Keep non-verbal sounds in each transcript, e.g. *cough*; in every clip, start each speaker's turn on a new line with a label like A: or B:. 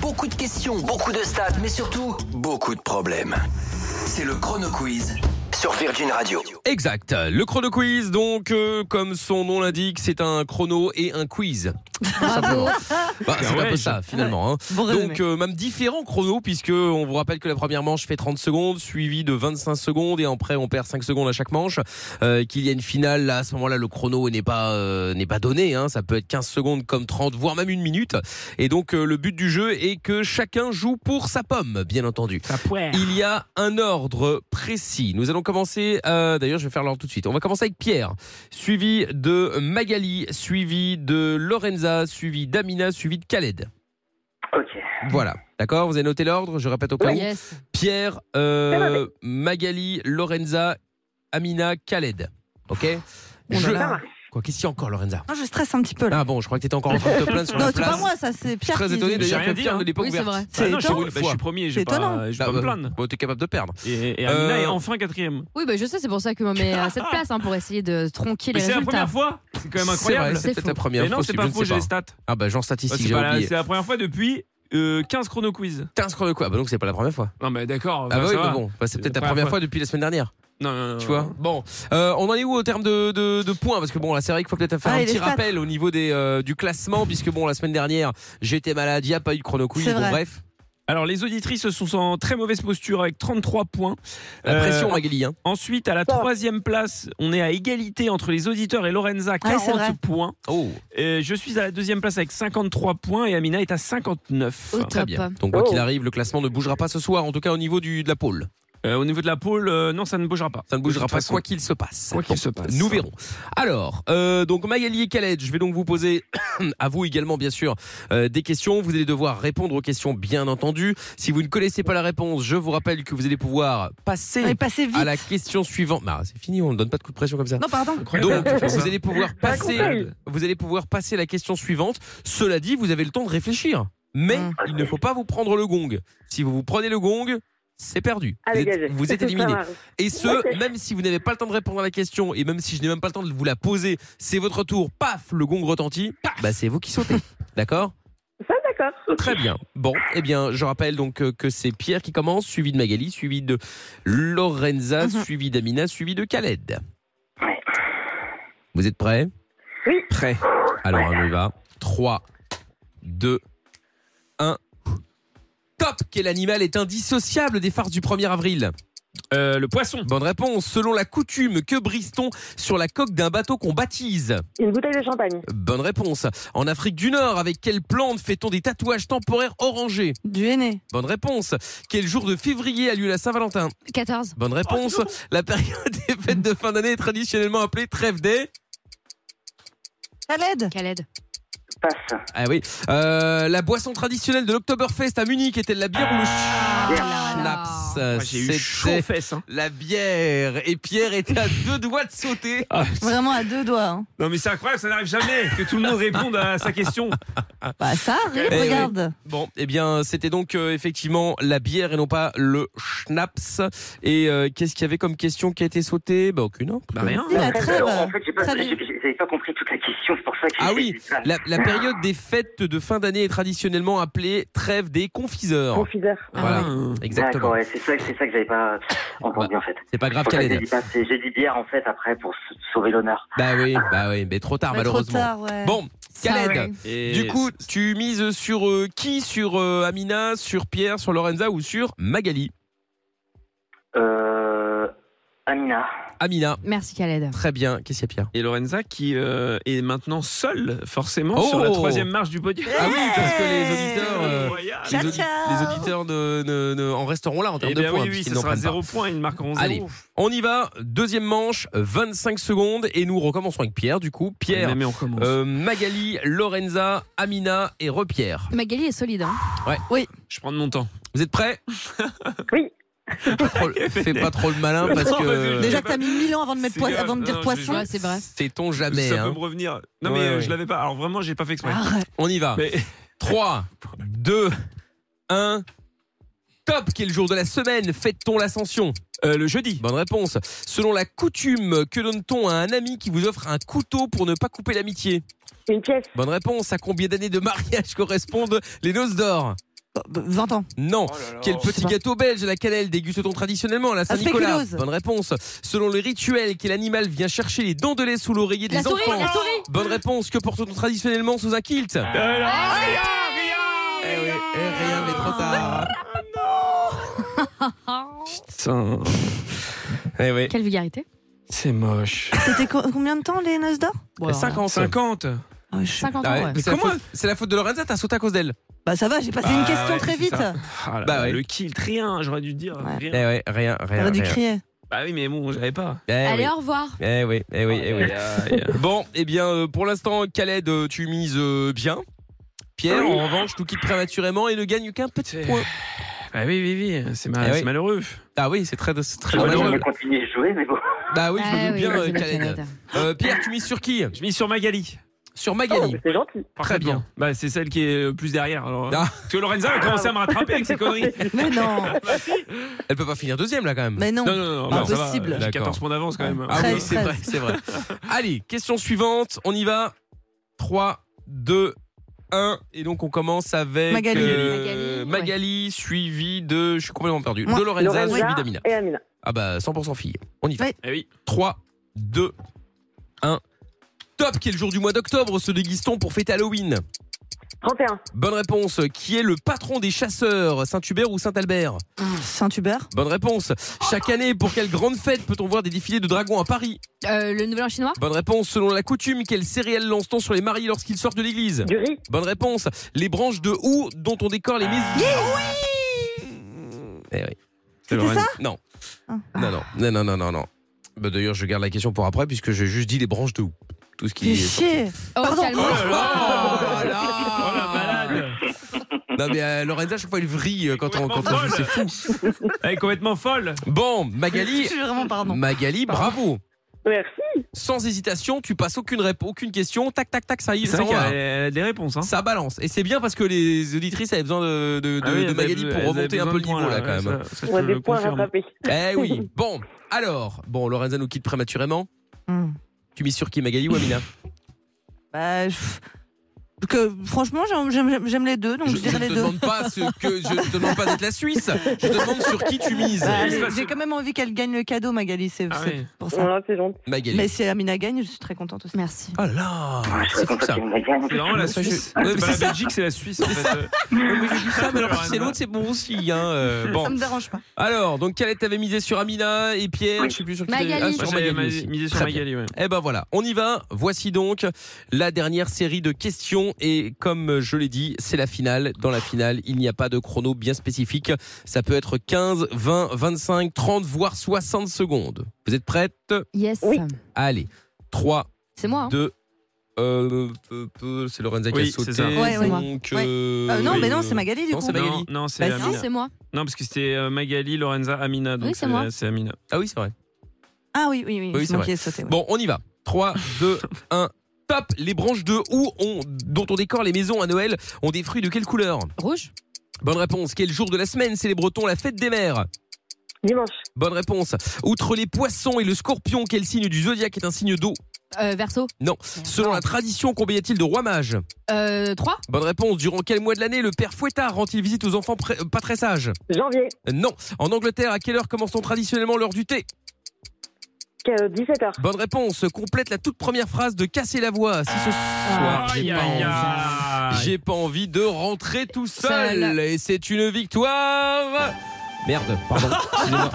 A: beaucoup de questions, beaucoup de stats, mais surtout beaucoup de problèmes. C'est le Chrono Quiz sur Virgin Radio.
B: Exact. Le chrono quiz, donc, euh, comme son nom l'indique, c'est un chrono et un quiz.
C: Ah,
D: Bravo.
B: Bah, c'est un peu ça, finalement. hein.
D: Bon résumé.
B: donc, euh, même différents chronos, puisque on vous rappelle que la première manche fait 30 secondes, suivie de 25 secondes, et après, on perd 5 secondes à chaque manche. Euh, Qu'il y a une finale, là, à ce moment-là, le chrono n'est pas, euh, n'est pas donné. hein. Ça peut être 15 secondes comme 30, voire même une minute. Et donc, euh, le but du jeu est que chacun joue pour sa pomme, bien entendu. Il y a un ordre précis. Nous allons commencer, euh, d'ailleurs je vais faire l'ordre tout de suite. On va commencer avec Pierre, suivi de Magali, suivi de Lorenza, suivi d'Amina, suivi de Khaled.
E: Ok.
B: Voilà, d'accord Vous avez noté l'ordre Je répète au cas où.
D: Yes.
B: Pierre, euh, Magali, Lorenza, Amina, Khaled. Ok
D: Oh là
B: Je-
D: là.
B: Quoi, qu'est-ce qu'il y a encore Lorenza
D: Non, je stresse un petit peu là.
B: Ah bon, je crois que t'étais encore en train de te plaindre sur la
D: non, c'est
B: place.
D: pas moi, ça, c'est
B: Je suis
D: Pierre.
B: très
D: qui-
B: étonné
F: J'ai
B: d'ailleurs
F: rien
B: que
F: dit,
B: Pierre
F: hein.
B: ne l'ait pas
D: Oui, c'est
B: ouverte.
D: vrai.
F: Ah
D: C'est
F: non, je,
B: pour
D: étonnant.
B: une
F: bah, je
B: fois.
F: suis premier, je
D: C'est
F: vais pas,
D: étonnant.
F: je vais pas
B: Bah,
F: me plaindre.
B: Bon, t'es capable de perdre.
F: Et, et
B: Euh,
F: Amina est enfin quatrième.
C: Oui, bah, je sais, c'est pour ça que moi, mais à cette place, hein, pour essayer de tronquer les
F: Mais c'est la
C: résultats.
F: première fois C'est quand même
B: C'est vrai,
F: incroyable.
B: c'est
C: C'est
B: peut-être
C: faux.
B: la première
F: Mais non,
B: fois.
F: c'est
B: aussi,
F: pas
B: je ne
F: faux,
B: sais
F: j'ai
B: pas.
F: les stats.
B: Ah bah genre
F: Ouais,
B: statistique,
F: C'est
B: j'ai
F: pas la-
B: oublié.
F: c'est la première fois depuis euh, 15 chrono quiz.
B: 15 chrono quoi Bah donc c'est pas la première fois.
F: Non mais d'accord.
B: ah
F: bah,
B: bah
F: ça
B: oui,
F: va.
B: mais bon, bah, c'est
F: C'est
B: peut-être
F: la
B: la première
F: première
B: fois depuis la semaine dernière,
F: Non, non, non,
B: tu
F: non.
B: vois. Bon, Euh, on en est où au terme de, de, de points Parce que bon, là c'est vrai qu'il faut peut-être faire
D: Ah,
B: un
D: et les
B: petit
D: stats
B: rappel au niveau des, euh, du classement, puisque bon, la semaine dernière, j'étais malade, il n'y a pas eu de chrono quiz,
D: C'est
B: bon
D: vrai.
B: bref.
F: Alors les auditrices sont en très mauvaise posture avec 33 points.
B: La
F: Euh,
B: pression, Magali, hein.
F: Ensuite, à la troisième place, on est à égalité entre les auditeurs et Lorenza,
D: Ah, c'est
F: 40
D: vrai.
F: points.
B: Oh,
F: Euh, je suis à la deuxième place avec 53 points et Amina est à 59.
C: Au
B: très
C: top.
B: bien. Donc
F: Oh.
B: quoi qu'il arrive, le classement ne bougera pas ce soir, en tout cas au niveau du, de la pôle.
F: Euh, au niveau de la pôle, euh, non, ça ne bougera pas.
B: Ça ne
F: De
B: bougera
F: toute
B: pas
F: façon.
B: quoi qu'il se passe.
F: Quoi qu'il
B: Bon,
F: se passe.
B: Nous verrons. Alors, euh, donc Magali et Khaled, je vais donc vous poser *coughs* à vous également bien sûr euh, des questions. Vous allez devoir répondre aux questions bien entendu. Si vous ne connaissez pas la réponse, je vous rappelle que vous allez pouvoir passer
D: Allez, passez vite.
B: à la question suivante. Bah, c'est fini, on ne donne pas de coup de pression comme ça.
D: Non, pardon.
F: *laughs* Incroyable.
B: Donc vous allez pouvoir passer, vous allez pouvoir passer la question suivante. Cela dit, vous avez le temps de réfléchir, mais
D: Mm.
B: il ne faut pas vous prendre le gong. Si vous vous prenez le gong, c'est perdu. Vous
E: Allez,
B: êtes,
E: gagez.
B: vous
E: *laughs*
B: êtes
E: Ça
B: éliminé.
E: m'arrive.
B: Et ce,
E: Ok.
B: même si vous n'avez pas le temps de répondre à la question et même si je n'ai même pas le temps de vous la poser, c'est votre tour, paf, le gong retentit, bah c'est vous qui
E: *laughs*
B: sautez. D'accord
E: Ça, d'accord.
B: Très bien. Bon, eh bien, je rappelle donc euh, que c'est Pierre qui commence, suivi de Magali, suivi de Lorenza,
D: Mhm.
B: suivi d'Amina, suivi de Khaled.
E: Ouais.
B: Vous êtes prêts
E: Oui.
B: Prêts. Alors, on y va. 3, 2, 1. Top Quel animal est indissociable des farces du 1er avril
F: Euh, le poisson.
B: Bonne réponse. Selon la coutume, que brise-t-on sur la coque d'un bateau qu'on baptise
E: Une bouteille de champagne.
B: Bonne réponse. En Afrique du Nord, avec quelle plante fait-on des tatouages temporaires orangés
D: Du E. aîné.
B: Bonne réponse. Quel jour de février a lieu la Saint-Valentin
C: 14.
B: Bonne
F: Oh,
B: réponse. La période des fêtes de fin d'année est traditionnellement appelée trêve des.
D: Khaled.
C: Khaled.
E: Passe.
B: Ah oui. Euh, la boisson traditionnelle de l'Oktoberfest à Munich était la bière ou le
C: Ah là là.
B: schnapps
F: Ah, J'ai eu chaud aux
B: C'était
F: fesses. hein.
B: la bière. Et Pierre était à deux doigts de sauter.
F: Ah,
D: Vraiment à deux doigts. hein.
F: non mais c'est incroyable, ça n'arrive jamais que tout le monde réponde à sa question.
D: Bah, ça arrive,
B: Ah. Eh oui.
D: regarde.
B: Bon, eh bien, c'était donc euh, effectivement la bière et non pas le schnapps. Et euh, qu'est-ce qu'il y avait comme question qui a été sautée Bah aucune. hein.
F: *laughs* Bah rien.
D: Il
E: En
D: a
E: fait,
D: trêve.
E: euh, En fait, j'ai pas,
D: Trêve.
E: j'ai- j'ai- j'avais pas compris toute la question, c'est pour ça que
B: Ah
E: j'ai-
B: oui,
E: j'ai-
B: La, la période des fêtes de fin d'année est traditionnellement appelée trêve des confiseurs.
E: Confiseur.
B: Voilà,
F: Ah.
B: exactement. Bah,
E: D'accord, ouais, c'est ça, c'est ça que j'avais pas entendu en fait.
B: C'est pas grave,
E: En fait, J'ai
B: Khaled.
E: dit pas- c'est- j'ai dit bière en fait après pour s- sauver l'honneur.
B: Bah oui, bah oui, mais trop tard
D: Mais Trop
B: malheureusement.
D: tard, ouais.
B: Bon, Khaled,
C: Sorry.
F: Et
B: du coup, tu mises sur euh, qui Sur euh, Amina, sur Pierre, sur Lorenza ou sur Magali
E: Euh, Amina.
B: Amina,
C: Merci, Khaled.
B: très bien. Qu'est-ce qu'il y a, Pierre
F: et Lorenza qui euh, est maintenant seule, forcément,
B: Oh
F: sur la troisième marche du podium.
B: Ah oui, parce que les auditeurs. euh,
F: Incroyable.
B: les,
D: Ciao,
B: audi-
D: ciao.
B: les auditeurs ne, ne- ne- en resteront là en termes
F: Eh
B: de
F: bien
B: points.
F: oui, oui,
B: puisqu'ils
F: ça
B: n'en
F: sera
B: prennent pas.
F: zéro point, ils marqueront zéro.
B: Allez. On y va, deuxième manche, 25 secondes et nous recommençons avec Pierre du coup. Pierre,
F: Mais, mais on commence.
B: euh, Magali, Lorenza, Amina et Repierre.
C: Magali est solide. Hein.
F: Je prends de mon temps.
B: Vous êtes prêts
E: Oui.
B: Pas trop- Fais pas trop le
F: *laughs*
B: malin parce
F: Non, vas-y,
B: que
D: Déjà que t'as mis 1000 ans avant de, mettre
F: C'est
D: poi-
F: grave.
D: avant de dire
F: Non,
D: poisson.
F: j'ai-
C: Ouais, c'est vrai.
B: sait-on jamais.
F: ça
B: hein.
F: peut me revenir. Non
B: Ouais,
F: mais euh,
B: ouais. Ah.
F: je l'avais pas. Alors vraiment, j'ai pas fait exprès.
D: Arrête.
B: On y va.
F: Mais
B: 3, 2, 1. Top, quel jour de la semaine fête-t-on l'ascension
F: euh, le jeudi,
B: Bonne réponse. Selon la coutume, que donne-t-on à un ami qui vous offre un couteau pour ne pas couper l'amitié
E: Une pièce.
B: *laughs* Bonne réponse. À combien d'années de mariage correspondent les noces d'or
D: 20 Oh, bah, ans.
B: Non.
G: Oh là là.
B: Quel
D: sais
B: petit
D: pas.
B: gâteau belge à laquelle elle déguste-t-on traditionnellement à la Saint-Nicolas
D: spéculoos.
B: Bonne réponse. Selon le rituel, quel animal vient chercher les dents de lait sous l'oreiller des
C: La souris,
B: enfants
C: la souris
B: Bonne réponse. Que porte-t-on traditionnellement sous un kilt
G: Euh, là, rien,
B: Eh
G: rien,
B: oui, eh, rien, mais trop tard.
F: Putain,
B: Eh oui.
C: Quelle vulgarité.
F: c'est moche.
D: C'était co- combien de temps les noces d'or
C: Bon, alors,
B: 50.
F: 50
D: Ah, je sais-
C: 50 ans,
B: Ah ouais,
C: ouais.
B: mais c'est la
F: Comment
B: faute- C'est la faute de Lorenza, t'as sauté à cause d'elle.
D: Bah ça va, j'ai passé
F: Bah
D: une question
F: ouais,
D: très
F: c'est
D: vite.
F: ça. Ah là
B: Bah
F: là,
B: ouais.
F: Le kilt, rien, j'aurais dû dire.
D: Ouais.
F: rien.
B: Eh ouais, rien, rien.
D: J'aurais dû
B: rien.
D: crier.
F: Bah oui, mais bon, j'avais pas. Ah,
B: Eh oui.
C: Allez, au revoir.
B: Eh oui, eh oui, eh oui.
F: Aïe, aïe, aïe.
B: Bon, eh bien, euh, pour l'instant, Khaled, euh, tu mises euh, bien. Pierre, en revanche, tout quitte prématurément et ne gagne qu'un petit
F: C'est-
B: point.
F: Bah oui, oui, oui, c'est mal-
B: Eh oui.
F: c'est malheureux.
B: Ah oui, c'est très, c'est très
E: J'aurais
B: dommageable.
E: jamais continué de jouer, mais bon. *laughs*
B: Bah oui, je
C: Ah
B: me doute
C: oui,
B: bien,
C: oui,
B: euh,
C: c'est le
B: Khaled.
C: Canada.
B: Euh, Pierre, tu mises sur qui
F: Je mis sur Magali.
B: Sur
E: Oh,
B: Magali.
E: mais c'est gentil.
B: Très bien.
F: Bah c'est celle qui est euh, plus derrière. Alors,
B: Ah.
F: Parce que Lorenza a commencé à me rattraper avec
D: *laughs*
F: ses conneries.
D: Mais non,
B: *laughs* Elle peut pas finir deuxième là quand même.
D: mais non.
F: Non, non, non, non, ça va,
D: Impossible.
F: J'ai
B: D'accord.
F: 14 points d'avance quand même.
B: Ah oui,
D: Treize,
B: c'est vrai,
D: treize.
B: c'est vrai. Allez, question suivante. On y va. 3, 2, 1. Et donc on commence avec
D: Magali.
B: euh,
C: Magali,
B: Magali, suivi de. Je suis complètement perdu.
D: Moi.
B: De Lorenza, suivi
E: Lorenza
B: d'Amina.
E: et Amina.
B: Ah bah 100% fille. On y va.
D: Ouais.
F: Eh oui.
B: 3, 2, 1. Top, qui est le jour du mois d'octobre, se déguise-t-on pour fêter Halloween
E: 31.
B: Bonne réponse. Qui est le patron des chasseurs, Saint-Hubert ou Saint-Albert
D: Saint-Hubert.
B: Bonne réponse. Chaque année, pour quelle grande fête peut-on voir des défilés de dragons à Paris
C: Euh, le nouvel an chinois
B: Bonne réponse. Selon la coutume, quel céréales lance-t-on sur les mariés lorsqu'ils sortent de l'église
E: Du riz.
B: Bonne réponse. Les branches de houx dont on décore les maisons. Eh oui.
D: C'était ça
B: Non.
D: Ah. Ah.
B: Non, non, non, non, non, non, non. Bah, D'ailleurs, je garde la question pour après puisque j'ai juste dit les branches de houx. Tout ce qui
D: Fais
B: est.
D: chier.
C: Oh,
D: Pardon.
C: calme-toi.
F: Oh là
B: Oh là
F: Oh la malade
B: Non mais euh, Lorenza, à chaque fois, elle vrille euh, quand on, quand on
F: Complètement
B: joue, c'est fou.
F: Elle est complètement folle.
B: Bon,
D: Je
B: Magali,
D: suis vraiment pardon.
B: Magali, bravo.
E: Merci.
B: Sans hésitation, tu passes aucune réponse, aucune question. Tac, tac, tac, ça y est,
F: C'est
B: ça,
F: vrai qu'elle
B: va.
F: elle a des réponses. Hein.
B: ça balance. Et c'est bien parce que les auditrices avaient besoin de, de- de-
F: Ah oui,
B: de
F: elle
B: Magali
F: avait-
B: pour
F: elle
B: remonter
F: avait
B: un peu le
F: besoin
B: niveau
F: de
B: là
F: points,
B: quand même.
F: ça- ça, je
E: On a
F: le
E: des points à
F: confirme.
E: rattraper.
B: Eh
F: *laughs*
B: oui. Bon, alors, bon, Lorenza nous quitte prématurément.
D: Hmm.
B: Tu mises sur qui, Magali ou Amina
D: Bah, je- que, franchement, j'aime- j'aime j'aime les deux, donc je,
B: je
D: dirais
B: ne
D: les
B: te
D: deux.
B: demande pas ce que je ne te demande pas d'être la Suisse. Je te demande sur qui tu mises,
D: Bah,
F: Il se
D: j'ai-
F: passe-
D: J'ai quand même envie qu'elle gagne le cadeau, Magali, c'est
F: Ah
D: c'est
F: oui.
D: pour ça.
E: Ouais, c'est gentil.
B: Magali.
D: Mais si Amina gagne, je suis très contente aussi.
C: Merci.
B: Oh là,
E: Ah, je serais
B: c'est fou
E: content
B: ça.
E: qu'il me la gagne.
F: C'est vraiment la
B: Ça, je-
F: Suisse.
B: Ouais, mais
F: c'est pas
B: c'est
F: la
B: ça.
F: Belgique, c'est la Suisse en fait. Euh,
B: Ah, mais alors, si c'est l'autre, c'est bon aussi. Hein. euh, bon.
D: Ça me dérange pas.
B: Alors, donc Calette t'avais misé sur Amina et Pierre,
E: Oui.
B: je sais plus sur qui
C: Magali.
B: t'avais-
C: Moi,
B: Ah, sur
F: Moi, j'avais
B: Magali aussi.
F: misé sur
B: Très bien.
F: Magali, ouais.
B: Eh ben voilà, on y va. Voici donc la dernière série de questions. Et comme je l'ai dit, c'est la finale. Dans la finale, il n'y a pas de chrono bien spécifique. Ça peut être 15, 20, 25, 30, voire 60 secondes. Vous êtes prêtes
C: Yes.
E: Oui.
B: Allez, 3,
C: C'est moi. hein.
B: 2, euh, peu, peu, c'est Lorenza qui
F: Oui,
B: a sauté.
F: c'est ça.
D: Ouais,
C: ouais.
B: donc,
D: Ouais.
B: euh,
D: Euh, non,
B: oui.
D: mais non, c'est Magali du
B: Non,
D: coup.
B: c'est Magali.
F: Non, non, c'est
D: Bah,
F: Amina.
C: Non, c'est moi.
F: Non, parce que c'était euh, Magali, Lorenza, Amina. Donc
C: Oui, c'est moi.
F: C'est Amina.
B: Ah oui, c'est vrai.
D: Ah oui, oui, oui,
B: Oui, c'est
D: c'est moi
B: vrai.
D: qui ai sauté. ouais.
B: Bon, on y va. 3,
D: *laughs*
B: 2, 1. Top Les branches de houx ont- dont on décore les maisons à Noël ont des fruits de quelle couleur
C: Rouge.
B: Bonne réponse. Quel jour de la semaine c'est les Bretons la fête des mères
E: Dimanche.
B: Bonne réponse. Outre les poissons et le scorpion, quel signe du zodiaque est un signe d'eau
C: Euh, verso.
B: Non. Selon la tradition, combien y a-t-il de rois mages
C: Euh, 3.
B: Bonne réponse. Durant quel mois de l'année le père Fouettard rend-il visite aux enfants pré- euh, pas très sages
E: Janvier.
B: Euh, Non. En Angleterre, à quelle heure commence-t-on traditionnellement l'heure du thé
E: euh, 17h.
B: Bonne réponse. Complète la toute première phrase de Casser la voix. Si ce soir, j'ai
F: Aïe,
B: pas envie.
F: aïe, aïe.
B: J'ai pas envie de rentrer tout seul.
C: Seul.
B: Et c'est une victoire. Merde, pardon.
F: *laughs*
B: excusez-moi.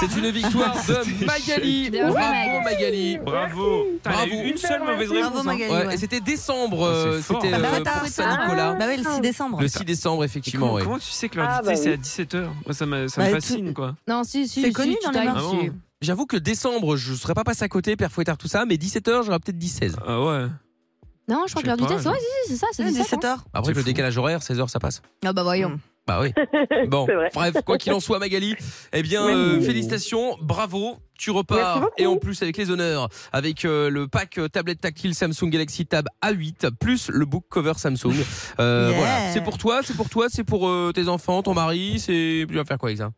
B: C'est une victoire de Magali.
C: Bien joué,
B: Bravo
C: Mag.
B: Magali.
F: Bravo. Putain, elle a eu
B: Bravo.
F: Bah, Une seule mauvaise réponse.
D: Bravo
F: hein.
D: Magali.
B: Ouais,
D: ouais.
B: et c'était décembre.
F: Ah, c'est
B: euh,
F: fort.
B: C'était
D: Ah, bah,
B: euh,
D: attends,
B: pour
D: attends.
B: Saint-Nicolas.
D: Bah oui, le 6 décembre.
B: Le 6 décembre,
F: Et Comment,
B: effectivement. ouais.
F: comment tu sais que leur
E: Ah,
F: dictée,
E: bah
F: c'est
E: oui.
F: à 17h Moi, ça me, ça me
D: Bah,
F: fascine,
D: tout-
F: quoi.
C: Non, si, si.
D: C'est
C: si,
D: connu
C: tu
D: dans les
C: t'arrives
F: mains.
C: dessus.
F: Ah
B: J'avoue que décembre, je serais pas passé à côté, Père Fouettard, tout ça, mais 17h, j'aurais peut-être dit 16.
F: Ah ouais.
C: Non, je crois
F: Je
C: que l'heure
F: sais
C: du
F: pas,
C: test. Ouais, si, si, c'est ça. C'est
D: Ouais,
C: 17 hein.
D: 17h.
B: Après,
F: C'est
B: le
F: fou.
B: décalage horaire, 16h, ça passe.
C: Ah bah voyons.
B: Bah
E: *laughs*
B: oui. Bon,
E: C'est vrai.
B: bref, quoi qu'il en soit, Magali, eh bien,
E: Oui.
B: euh, félicitations, bravo, tu
E: Merci
B: repars
E: beaucoup.
B: et en plus avec les honneurs, avec euh, le pack euh, tablette tactile Samsung Galaxy Tab A8 plus le book cover Samsung. Euh,
D: Yeah.
B: Voilà, c'est pour toi, c'est pour toi, c'est pour euh, tes enfants, ton mari, c'est tu vas faire quoi avec ça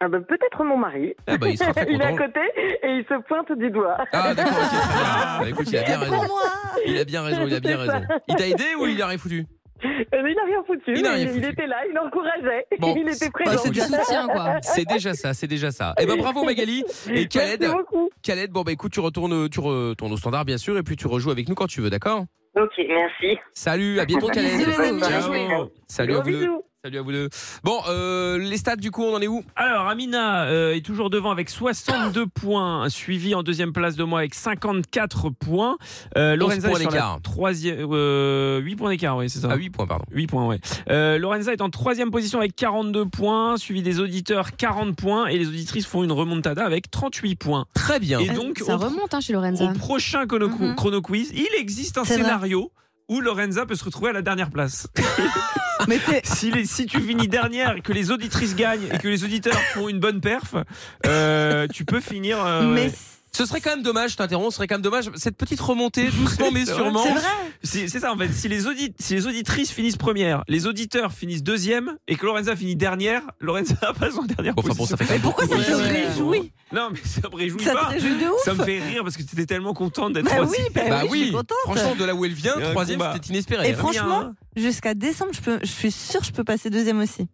E: Ah bah, peut-être mon mari.
B: Ah bah il sera
E: *laughs*
B: très
E: Il est à
B: content.
E: côté et il se pointe du doigt.
B: Ah d'accord, ok. Bah, écoute, il a bien raison.
D: Pour moi *laughs*
E: *laughs*
B: Il a bien raison, il a bien raison. Il t'a aidé ou il a rien foutu
E: Euh, mais il n'a rien foutu.
B: Il n'a
E: mais
B: rien foutu.
E: était là, il encourageait.
B: Bon,
E: il était
B: c'est-
E: présent.
B: bah,
C: C'est du soutien, quoi.
B: C'est déjà ça, c'est déjà ça. Eh ben bravo Magali et Khaled.
E: *laughs* Merci beaucoup.
B: Khaled, bon bah écoute, tu retournes, tu retournes au standard bien sûr et puis tu rejoues avec nous quand tu veux, d'accord
E: Ok, merci.
B: Salut, à bientôt Khaled.
C: Bisous, les amis, bien
B: Ciao.
C: joué.
B: Salut à
E: Gros
B: vous deux.
E: bisous.
B: Salut à vous deux. Bon, euh, les stats du coup, on en est où
F: Alors, Amina euh, est toujours devant avec 62 points, suivi en deuxième place de moi avec 54 points. Euh, Lorenza
B: points
F: est sur la
B: d'écart.
F: troisième, euh, 8 points d'écart, oui, c'est ça.
B: À 8 points, pardon.
F: 8 points, ouais. Euh, Lorenza est en troisième position avec 42 points, suivi des auditeurs 40 points, et les auditrices font une remontada avec 38 points.
B: Très bien.
F: Et donc,
C: ça
F: au-
C: remonte hein, chez
F: Au
C: Lorenza.
F: prochain chrono,
C: Mhm.
F: chrono quiz, il existe un
D: C'est vrai.
F: scénario où Lorenza peut se retrouver à la dernière place.
D: Mais t'es-
F: Si, les- si tu finis dernière et que les auditrices gagnent et que les auditeurs font une bonne perf, euh, tu peux finir.
B: Ah
F: euh, ouais.
D: mais
B: Ce serait quand même dommage, je t'interromps, ce serait quand même dommage, cette petite remontée, doucement mais
F: C'est
B: sûrement.
D: *laughs* c'est vrai.
F: C'est c'est ça en fait. Si les, audit- si les auditrices finissent première, les auditeurs finissent deuxième et que Lorenza finit dernière, Lorenza passe en dernière
B: Bon, enfin bon,
F: position.
B: ça fait quand même
D: Pourquoi ça
B: beaucoup,
D: te
B: ouais. Bah,
D: réjouit
F: Non, mais ça me réjouit
D: Ça te
F: pas.
D: réjouit de ouf
F: Ça me fait rire parce que tu étais tellement contente d'être
D: Bah oui,
F: troisième.
D: bah,
B: Bah
D: oui, je
B: oui,
D: suis contente.
B: franchement, de là où elle vient,
F: Il y a un
B: troisième,
F: combat.
B: c'était inespéré.
D: Et
B: hein.
D: franchement, jusqu'à décembre, je, peux, je suis sûre que je peux passer deuxième aussi.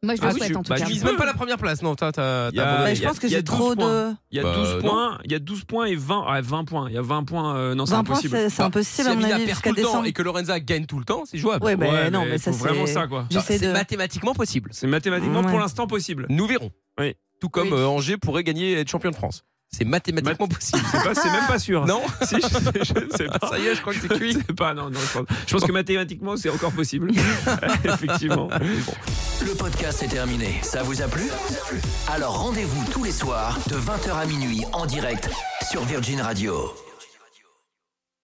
C: Moi, je le
F: Ah oui,
C: souhaite
F: tu-
C: en tout
F: bah,
C: cas.
B: Tu vises même pas la première place, non T'as, t'as,
F: Il y a-
B: t'as abandonné.
D: Bah,
F: il
D: je pense que
F: il y a
D: j'ai
F: 12
D: trop de.
F: Il y a
B: Bah,
F: 12
B: non.
F: points, il y a 12 points et 20 ah, 20 points, il y a 20 points euh, non, c'est
D: 20 points,
F: impossible.
D: c'est c'est impossible
B: si
D: à mon
B: Amina
D: avis
B: perd
D: jusqu'à
B: tout le temps
D: décembre.
B: et que Lorenza gagne tout le temps, c'est jouable.
D: Ouais, bah
F: Ouais,
D: non, mais ça
F: faut vraiment
D: c'est.
F: ça quoi.
B: Non,
D: J'essaie
B: c'est
D: de.
B: mathématiquement possible.
F: C'est mathématiquement
D: Ouais.
F: pour l'instant possible.
B: Nous verrons.
F: Oui.
B: Tout comme
F: Oui.
B: euh, Angers pourrait gagner et être champion de France. C'est mathématiquement
F: *laughs*
B: possible.
F: C'est pas- c'est même pas sûr.
B: non
F: *laughs* Si, je, je ne sais pas.
B: Ça y est, je crois que c'est
F: Je
B: cuit.
F: sais pas, non, non, je pense, je pense que mathématiquement c'est
B: *laughs*
F: encore possible. Effectivement.
A: Le podcast est terminé. Ça vous a plu Alors rendez-vous tous les soirs de 20h à minuit en direct sur Virgin Radio.